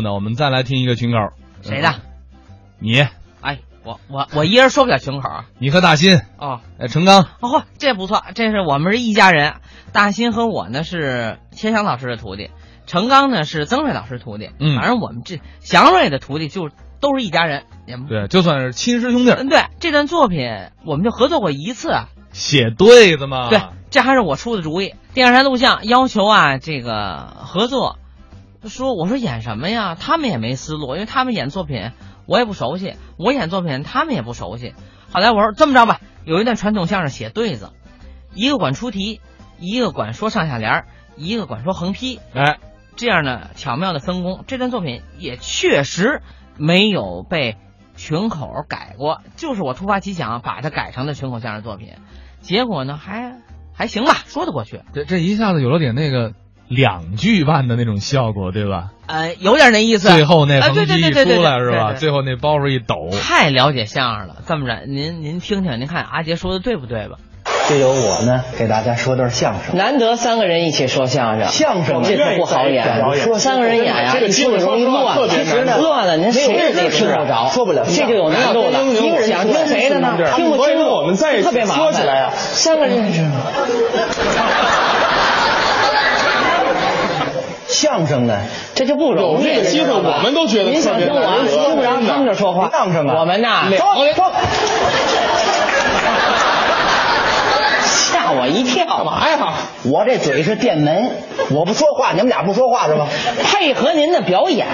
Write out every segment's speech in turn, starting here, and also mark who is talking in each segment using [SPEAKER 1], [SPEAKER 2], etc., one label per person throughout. [SPEAKER 1] 那我们再来听一个群口，嗯
[SPEAKER 2] 谁的？
[SPEAKER 1] 你、
[SPEAKER 2] 哎，我我我一人说不了群口啊
[SPEAKER 1] 你和大新、
[SPEAKER 2] 哦
[SPEAKER 1] 呃程刚，
[SPEAKER 2] 哦，这不错，这是我们是一家人。大新和我呢是千祥老师的徒弟，程刚呢是曾瑞老师徒弟。
[SPEAKER 1] 嗯
[SPEAKER 2] 反正我们这祥瑞的徒弟就都是一家人。也不
[SPEAKER 1] 对，就算是亲师兄弟，
[SPEAKER 2] 嗯，对，这段作品我们就合作过一次。啊
[SPEAKER 1] 写对子嘛。
[SPEAKER 2] 对，这还是我出的主意。电视台录像要求啊，这个合作，说我说演什么呀？他们也没思路，因为他们演作品我也不熟悉，我演作品他们也不熟悉。后来我说这么着吧，有一段传统相声写对子，一个管出题，一个管说上下联儿，一个管说横批，
[SPEAKER 1] 哎，
[SPEAKER 2] 这样呢巧妙的分工，这段作品也确实没有被群口改过，就是我突发奇想把它改成的群口相声作品，结果呢还还行吧，说得过去，
[SPEAKER 1] 这这一下子有了点那个两句半的那种效果，对吧？
[SPEAKER 2] 呃，有点那意思。
[SPEAKER 1] 最后那
[SPEAKER 2] 啊
[SPEAKER 1] 横
[SPEAKER 2] 对
[SPEAKER 1] 批
[SPEAKER 2] 对
[SPEAKER 1] 一
[SPEAKER 2] 对对对
[SPEAKER 1] 出来
[SPEAKER 2] 对
[SPEAKER 1] 是吧？
[SPEAKER 2] 对对
[SPEAKER 1] 最后那包袱一抖，
[SPEAKER 2] 太了解相声了，这么着，您您听听，您看阿杰说的对不对吧？
[SPEAKER 3] 就由我呢给大家说段相声。
[SPEAKER 2] 难得三个人一起说相声，
[SPEAKER 3] 相声
[SPEAKER 2] 这可不好演啊
[SPEAKER 3] 我愿意在这
[SPEAKER 2] 三
[SPEAKER 3] 儿表演
[SPEAKER 2] 个人演呀
[SPEAKER 3] 这个机会
[SPEAKER 2] 一说
[SPEAKER 3] 说
[SPEAKER 2] 容易
[SPEAKER 3] 实话
[SPEAKER 2] 乱
[SPEAKER 3] 特
[SPEAKER 2] 其
[SPEAKER 3] 别
[SPEAKER 2] 实呢
[SPEAKER 3] 难
[SPEAKER 2] 乱了您谁
[SPEAKER 3] 没
[SPEAKER 2] 也
[SPEAKER 3] 人
[SPEAKER 2] 听不
[SPEAKER 3] 听
[SPEAKER 2] 着
[SPEAKER 3] 说不了，
[SPEAKER 2] 这就有难度了
[SPEAKER 3] 一
[SPEAKER 2] 一个人想听谁的呢听不
[SPEAKER 3] 所以
[SPEAKER 2] 清楚
[SPEAKER 3] 我们在一起
[SPEAKER 2] 特别麻烦
[SPEAKER 3] 说起来啊，
[SPEAKER 2] 三个人
[SPEAKER 3] 相声呢，
[SPEAKER 2] 这就不容易。
[SPEAKER 4] 有这个机会我们都觉得
[SPEAKER 2] 您想听我
[SPEAKER 4] 特别难
[SPEAKER 2] 您听不着，听着说话。
[SPEAKER 3] 相声啊，
[SPEAKER 2] 我们呐，
[SPEAKER 3] 说说
[SPEAKER 2] 吓我一跳嘛！
[SPEAKER 4] 嘛呀？
[SPEAKER 3] 我这嘴是电门，我不说话，你们俩不说话是吧？
[SPEAKER 2] 配合您的表演，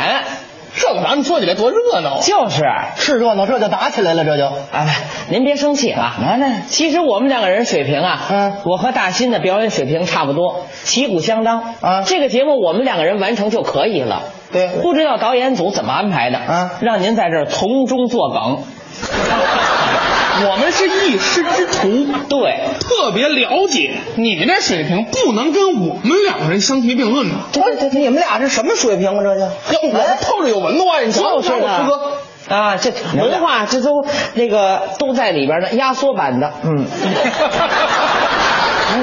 [SPEAKER 4] 这个咱们说起来多热闹啊！
[SPEAKER 2] 就是
[SPEAKER 3] 是热闹，这就打起来了，这就
[SPEAKER 2] 哎，您别生气啊。
[SPEAKER 3] 啊那
[SPEAKER 2] 其实我们两个人水平啊，
[SPEAKER 3] 嗯
[SPEAKER 2] 我和大新的表演水平差不多，旗鼓相当
[SPEAKER 3] 啊
[SPEAKER 2] 这个节目我们两个人完成就可以了。
[SPEAKER 3] 对
[SPEAKER 2] 不知道导演组怎么安排的
[SPEAKER 3] 啊
[SPEAKER 2] 让您在这儿从中作梗。
[SPEAKER 4] 我们是一师之徒，
[SPEAKER 2] 对，
[SPEAKER 4] 特别了解。你这水平不能跟我们两个人相提并论呐！
[SPEAKER 3] 这你们俩是什么水平啊？这
[SPEAKER 4] 要
[SPEAKER 3] 就
[SPEAKER 4] 我们透着有文化，你瞧，
[SPEAKER 2] 就是
[SPEAKER 4] 我师
[SPEAKER 2] 的
[SPEAKER 4] 哥，
[SPEAKER 2] 啊，这文化这都那个都在里边呢，压缩版的。
[SPEAKER 3] 嗯，你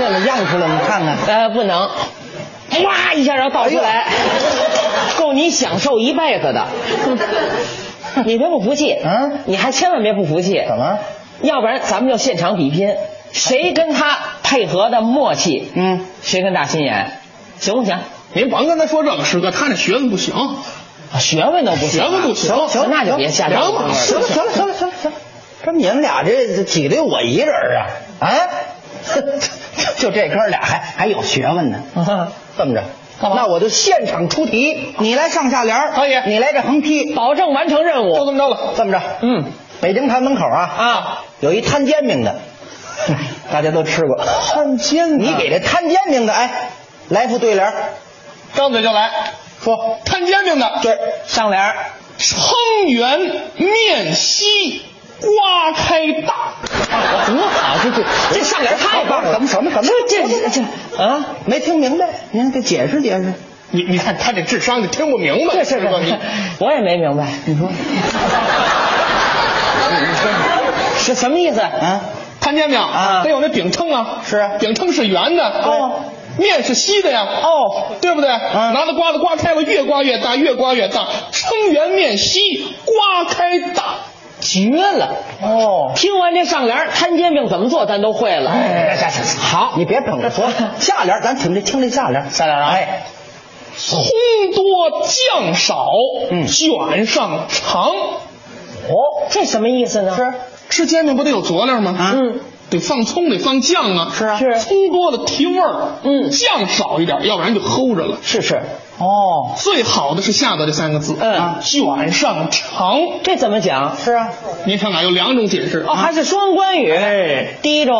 [SPEAKER 3] 怎么样出来？你看哎看，
[SPEAKER 2] 呃，不能，哇一下然后倒出来，够你享受一辈子 的。你别不服气，
[SPEAKER 3] 嗯
[SPEAKER 2] 你还千万别不服气，
[SPEAKER 3] 怎么？
[SPEAKER 2] 要不然咱们就现场比拼，谁跟他配合的默契，
[SPEAKER 3] 嗯，
[SPEAKER 2] 谁跟大新演，行不行？
[SPEAKER 4] 您甭跟他说这个，师哥，他那学问不行，
[SPEAKER 2] 啊学问都不行
[SPEAKER 4] 学
[SPEAKER 2] 啊，
[SPEAKER 4] 问不行，
[SPEAKER 2] 行那就别下这
[SPEAKER 4] 两码事
[SPEAKER 3] 行了行了行了行了行了，这你们俩这挤兑我一人儿啊啊！就这哥俩还还有学问 呢。这么着，
[SPEAKER 2] 干嘛
[SPEAKER 3] 那我就现场出题，你来上下联儿
[SPEAKER 4] 可以
[SPEAKER 3] 你来这横批，
[SPEAKER 2] 保证完成任
[SPEAKER 4] 就
[SPEAKER 2] 务。
[SPEAKER 4] 这么着了。
[SPEAKER 3] 这么着，
[SPEAKER 2] 嗯
[SPEAKER 3] 北京坛门口啊
[SPEAKER 2] 啊，
[SPEAKER 3] 有一摊煎饼的，大家都吃过摊煎饼，你给这摊煎饼的哎，来副对联儿，
[SPEAKER 4] 张嘴就来，
[SPEAKER 3] 说
[SPEAKER 4] 摊煎饼的，
[SPEAKER 3] 对，
[SPEAKER 2] 上联儿
[SPEAKER 4] 撑圆面稀，刮开大，
[SPEAKER 2] 多好，这这 这上联儿太棒了，
[SPEAKER 3] 怎么什么怎么
[SPEAKER 2] 这这这啊！
[SPEAKER 3] 没听明白，您给解释解释。
[SPEAKER 4] 你你看他这智商，你听不明白，
[SPEAKER 2] 这事
[SPEAKER 4] 师哥 你
[SPEAKER 2] 儿。我也没明白。你说，是什么意思？
[SPEAKER 3] 啊，
[SPEAKER 4] 摊煎饼
[SPEAKER 3] 啊
[SPEAKER 4] 得有那饼铛啊，
[SPEAKER 3] 是
[SPEAKER 4] 饼铛是圆的，
[SPEAKER 3] 哦，
[SPEAKER 4] 面是稀的呀，
[SPEAKER 3] 哦，
[SPEAKER 4] 对不对？
[SPEAKER 3] 嗯
[SPEAKER 4] 拿着刮子刮开了，越刮越大，越刮越大，撑圆面稀，刮开大，
[SPEAKER 2] 绝了！
[SPEAKER 3] 哦，
[SPEAKER 2] 听完这上联儿，摊煎饼怎么做咱都会了。
[SPEAKER 3] 哎，行行行，好，你别捧着 说，下联儿咱听这听这下联儿，下联
[SPEAKER 2] 啊
[SPEAKER 3] 哎，
[SPEAKER 4] 葱多酱少，
[SPEAKER 3] 嗯
[SPEAKER 4] 卷上肠。
[SPEAKER 2] 哦，这什么意思呢？是
[SPEAKER 4] 吃煎饼不得有佐料吗？
[SPEAKER 3] 啊
[SPEAKER 2] 嗯，
[SPEAKER 4] 得放葱，得放酱啊。
[SPEAKER 3] 是啊
[SPEAKER 2] 是
[SPEAKER 4] 葱多了提味儿，
[SPEAKER 2] 嗯
[SPEAKER 4] 酱少一点，要不然就齁着了。
[SPEAKER 2] 是是，
[SPEAKER 3] 哦，
[SPEAKER 4] 最好的是下头这三个字，
[SPEAKER 2] 嗯
[SPEAKER 4] 卷上肠。
[SPEAKER 2] 这怎么讲？
[SPEAKER 3] 是啊，
[SPEAKER 4] 您看看，有两种解释
[SPEAKER 2] 哦，
[SPEAKER 4] 啊
[SPEAKER 2] 还是双关语。哎，第一种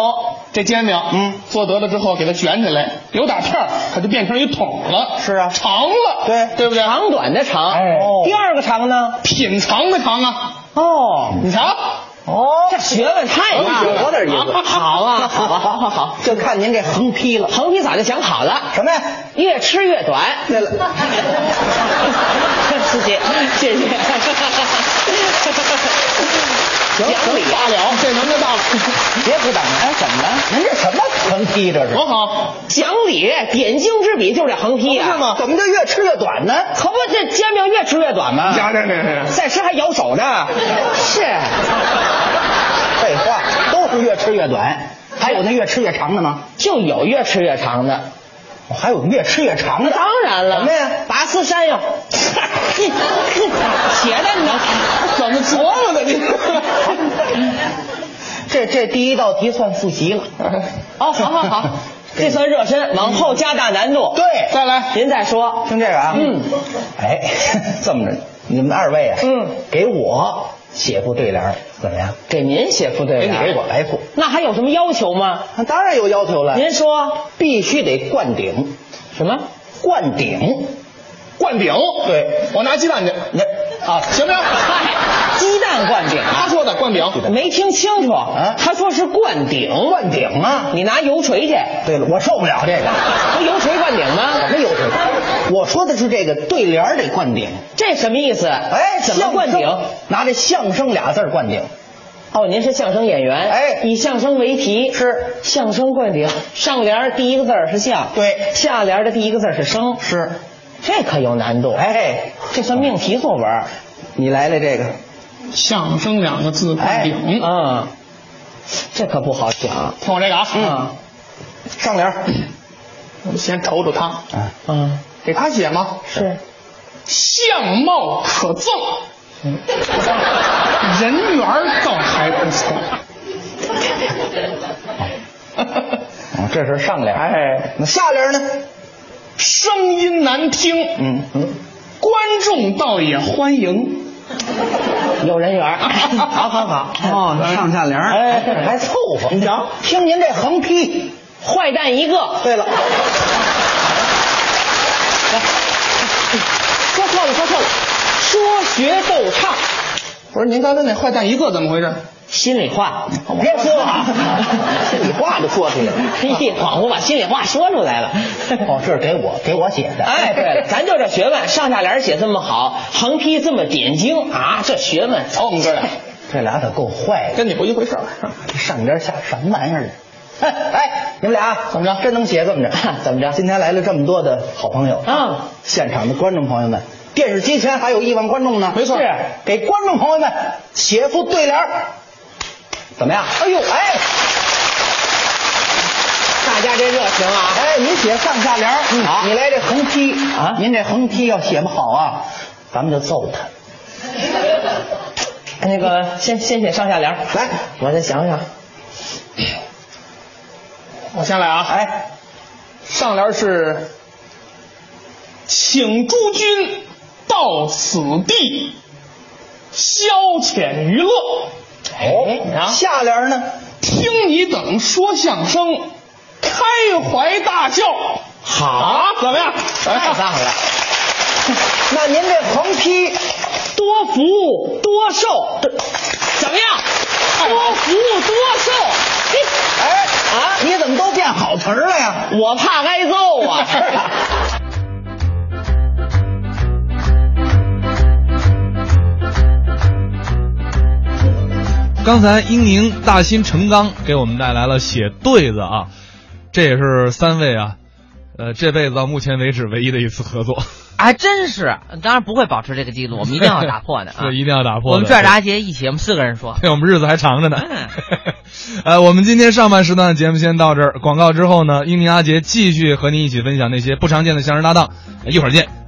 [SPEAKER 4] 这煎饼，
[SPEAKER 3] 嗯
[SPEAKER 4] 做得了之后给它卷起来，留打片儿，它就变成一桶了。
[SPEAKER 3] 是啊
[SPEAKER 4] 长了，
[SPEAKER 3] 对
[SPEAKER 4] 对不对？
[SPEAKER 2] 长短的长，
[SPEAKER 3] 哎哦
[SPEAKER 2] 啊第二个长呢？
[SPEAKER 4] 品尝的尝啊，
[SPEAKER 2] 哦，
[SPEAKER 4] 你瞧，
[SPEAKER 3] 哦，哎
[SPEAKER 2] 这学问太大了，
[SPEAKER 3] 有点意思。
[SPEAKER 2] 好啊，好啊，好好好，
[SPEAKER 3] 就看您这横批了。
[SPEAKER 2] 横批早就想好了。
[SPEAKER 3] 什么呀？
[SPEAKER 2] 越吃越短。
[SPEAKER 3] 对 了，
[SPEAKER 2] 谢谢，谢谢。
[SPEAKER 4] 行，
[SPEAKER 2] 讲理
[SPEAKER 4] 大了，这能耐大了。
[SPEAKER 3] 啊别鼓掌！哎，怎么了？您这什么横横批这是
[SPEAKER 4] 多好！
[SPEAKER 5] 讲理，点睛之笔就是这横批
[SPEAKER 4] 可不是
[SPEAKER 5] 啊！
[SPEAKER 4] 吗
[SPEAKER 3] 怎么就越吃越短呢？
[SPEAKER 5] 可不，这煎饼越吃越短吗？
[SPEAKER 4] 呀呀呀呀！
[SPEAKER 5] 再吃还咬手呢。是，
[SPEAKER 3] 废话，都是越吃越短，还有那越吃越长的吗？
[SPEAKER 5] 就有越吃越长的。
[SPEAKER 3] 哦还有越吃越长的？
[SPEAKER 5] 当然了，
[SPEAKER 3] 什么呀？
[SPEAKER 5] 拔丝山药。 铁蛋呢？
[SPEAKER 4] 怎么琢磨的你？
[SPEAKER 3] 这这第一道题算复习了。
[SPEAKER 5] 哦，好好 好，这算热身，往后加大难度。
[SPEAKER 3] 对，
[SPEAKER 4] 再来，
[SPEAKER 5] 您再说。
[SPEAKER 3] 听这个啊，
[SPEAKER 5] 嗯，
[SPEAKER 3] 哎， 这么着，你们二位啊，
[SPEAKER 5] 嗯，
[SPEAKER 3] 给我写副对联儿怎么样？
[SPEAKER 5] 给您写副对
[SPEAKER 3] 给你给
[SPEAKER 5] 联，
[SPEAKER 3] 我来副，
[SPEAKER 5] 那还有什么要求吗？
[SPEAKER 3] 那当然有要求了，
[SPEAKER 5] 您说
[SPEAKER 3] 必须得灌顶，
[SPEAKER 5] 什么？
[SPEAKER 3] 灌顶，
[SPEAKER 4] 灌顶。
[SPEAKER 3] 对，
[SPEAKER 4] 我拿鸡蛋去。
[SPEAKER 3] 那啊，
[SPEAKER 4] 行不行？
[SPEAKER 5] 嗨，鸡蛋灌顶啊
[SPEAKER 4] 他说的灌顶，
[SPEAKER 5] 没听清楚
[SPEAKER 3] 啊
[SPEAKER 5] 他说是灌顶，
[SPEAKER 3] 灌顶啊！
[SPEAKER 5] 你拿油锤去，
[SPEAKER 3] 对了，我受不了这个，
[SPEAKER 5] 不油锤灌顶
[SPEAKER 3] 怎
[SPEAKER 5] 吗？
[SPEAKER 3] 么有这个？我说的是这个对联儿得灌顶，
[SPEAKER 5] 这什么意思？
[SPEAKER 3] 哎，
[SPEAKER 5] 怎么灌顶？
[SPEAKER 3] 相声？拿这相声俩字儿灌顶，
[SPEAKER 5] 哦，您是相声演员，
[SPEAKER 3] 哎
[SPEAKER 5] 以相声为题
[SPEAKER 3] 是
[SPEAKER 5] 相声灌顶。上联儿第一个字儿是相，
[SPEAKER 3] 对
[SPEAKER 5] 下联儿的第一个字儿是生，
[SPEAKER 3] 是，
[SPEAKER 5] 这可有难度。，
[SPEAKER 3] 哎，
[SPEAKER 5] 这算命题作文。
[SPEAKER 3] 你来来这个，
[SPEAKER 4] 相声两个
[SPEAKER 3] 哎
[SPEAKER 4] 字灌顶。
[SPEAKER 3] 啊
[SPEAKER 5] 嗯，这可不好讲。
[SPEAKER 4] 听我这个啊，
[SPEAKER 5] 嗯
[SPEAKER 3] 上联儿，
[SPEAKER 4] 我们先瞅瞅他，
[SPEAKER 3] 啊，
[SPEAKER 5] 嗯，
[SPEAKER 4] 给他写吗？
[SPEAKER 5] 是
[SPEAKER 4] 相貌可憎，人缘儿倒还不错。
[SPEAKER 5] 啊
[SPEAKER 3] 哦这是上联儿，
[SPEAKER 4] 哎，
[SPEAKER 3] 那下联儿呢？
[SPEAKER 4] 声音难听，
[SPEAKER 3] 嗯嗯，
[SPEAKER 4] 观众倒也欢迎。
[SPEAKER 5] 有人 缘儿。
[SPEAKER 4] 好好好，
[SPEAKER 3] 哦，上下联儿，
[SPEAKER 5] 哎
[SPEAKER 3] 还凑合。
[SPEAKER 4] 你 瞧，
[SPEAKER 3] 听您这横批。
[SPEAKER 5] 坏蛋一个。哎
[SPEAKER 3] 对了，
[SPEAKER 5] 说错了，说错了，说学逗唱，
[SPEAKER 4] 不是您刚才那坏蛋一个怎么回事？
[SPEAKER 5] 心里话。
[SPEAKER 3] 别说了， 心里话就说出来了。
[SPEAKER 5] 一恍惚把心里话说出来了。
[SPEAKER 3] 哦，这是给我给我写的。
[SPEAKER 5] 哎，对了，咱就这学问，上下联写这么好，横批这么点睛啊，这学问。
[SPEAKER 4] 瞧我们 哥俩，
[SPEAKER 3] 哦这俩可够坏的，
[SPEAKER 4] 跟你不一回事儿。
[SPEAKER 3] 上联下什么玩意儿呢？哎哎，你们俩怎么着？真能写，怎么着？
[SPEAKER 5] 怎么着
[SPEAKER 3] 今天来了这么多的好朋友
[SPEAKER 5] 啊，
[SPEAKER 3] 现场的观众朋友们，电视机前还有亿万观众呢。
[SPEAKER 4] 没错
[SPEAKER 3] 是给观众朋友们写副对联儿，怎么样？哎呦，哎
[SPEAKER 5] 大家这热情啊，嗯
[SPEAKER 3] 哎，您写上下联儿，
[SPEAKER 5] 好
[SPEAKER 3] 你来这横批
[SPEAKER 5] 啊
[SPEAKER 3] 您这横批要写不好啊，咱们就揍他。
[SPEAKER 5] 那个先先写上下联，
[SPEAKER 3] 来，
[SPEAKER 5] 我再想想。
[SPEAKER 4] 我先来啊，
[SPEAKER 3] 哎，
[SPEAKER 4] 上联是，请诸君到此地消遣娱乐，哎
[SPEAKER 3] 哦，
[SPEAKER 4] 啊
[SPEAKER 3] 下联呢？
[SPEAKER 4] 听你等说相声，开怀大笑。好啊，怎么样？
[SPEAKER 3] 哎
[SPEAKER 5] 太棒 了，
[SPEAKER 3] 那您这横批
[SPEAKER 5] 多福多寿，怎么样？多福多寿，嘿
[SPEAKER 3] 哎
[SPEAKER 5] 啊
[SPEAKER 3] 你怎么都变好词儿了呀？
[SPEAKER 5] 我怕挨揍啊！
[SPEAKER 1] 刚才英宁、大新、程刚给我们带来了写对子啊，这也是三位啊，呃，这辈子到目前为止唯一的一次合
[SPEAKER 2] 啊
[SPEAKER 1] 作，
[SPEAKER 2] 还哎真是，当然不会保持这个记录，我们一定要打破 的啊！
[SPEAKER 1] 对，一定要打破的。
[SPEAKER 2] 我们拽着阿杰一起，我们四个人说，
[SPEAKER 1] 对，我们日子还长着呢
[SPEAKER 2] 嗯。
[SPEAKER 1] 呃，我们今天上半时段的节目先到这儿，广告之后呢，英明阿杰继续和您一起分享那些不常见的相声搭档，一会儿见。